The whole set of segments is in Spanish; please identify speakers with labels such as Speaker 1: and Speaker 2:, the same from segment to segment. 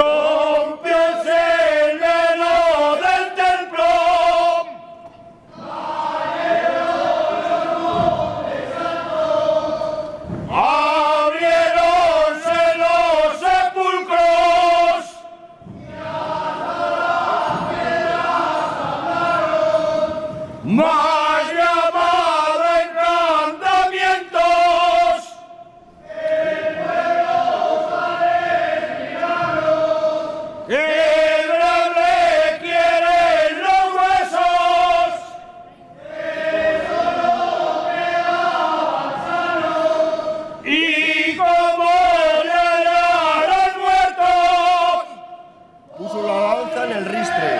Speaker 1: Rompióse el velo del templo. Abriéronse los sepulcros. Más llamado encantamientos. Quebrarle quieren los huesos. y como llorar muerto.
Speaker 2: Puso la lanza en el ristre.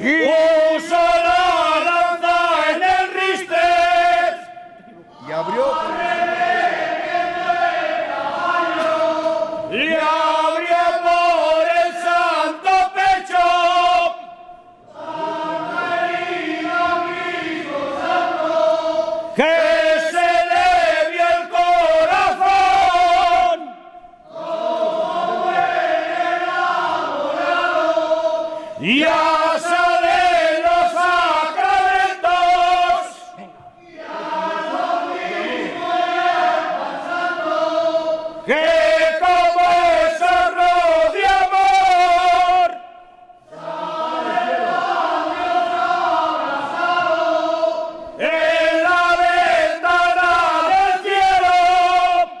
Speaker 1: Y puso la lanza en el ristre
Speaker 2: Y abrió.
Speaker 1: y abrió por el santo pecho. Que se le vio el corazón. Ya salen los sacramentos. que como es cerro de amor en la ventana del cielo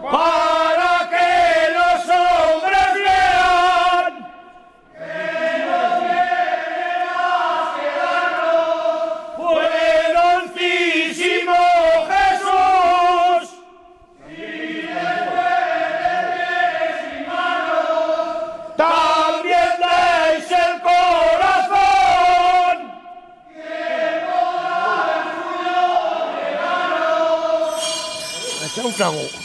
Speaker 1: para que los hombres vean fue dulcísimo Jesús. También deis el corazón.
Speaker 2: Echa un trago.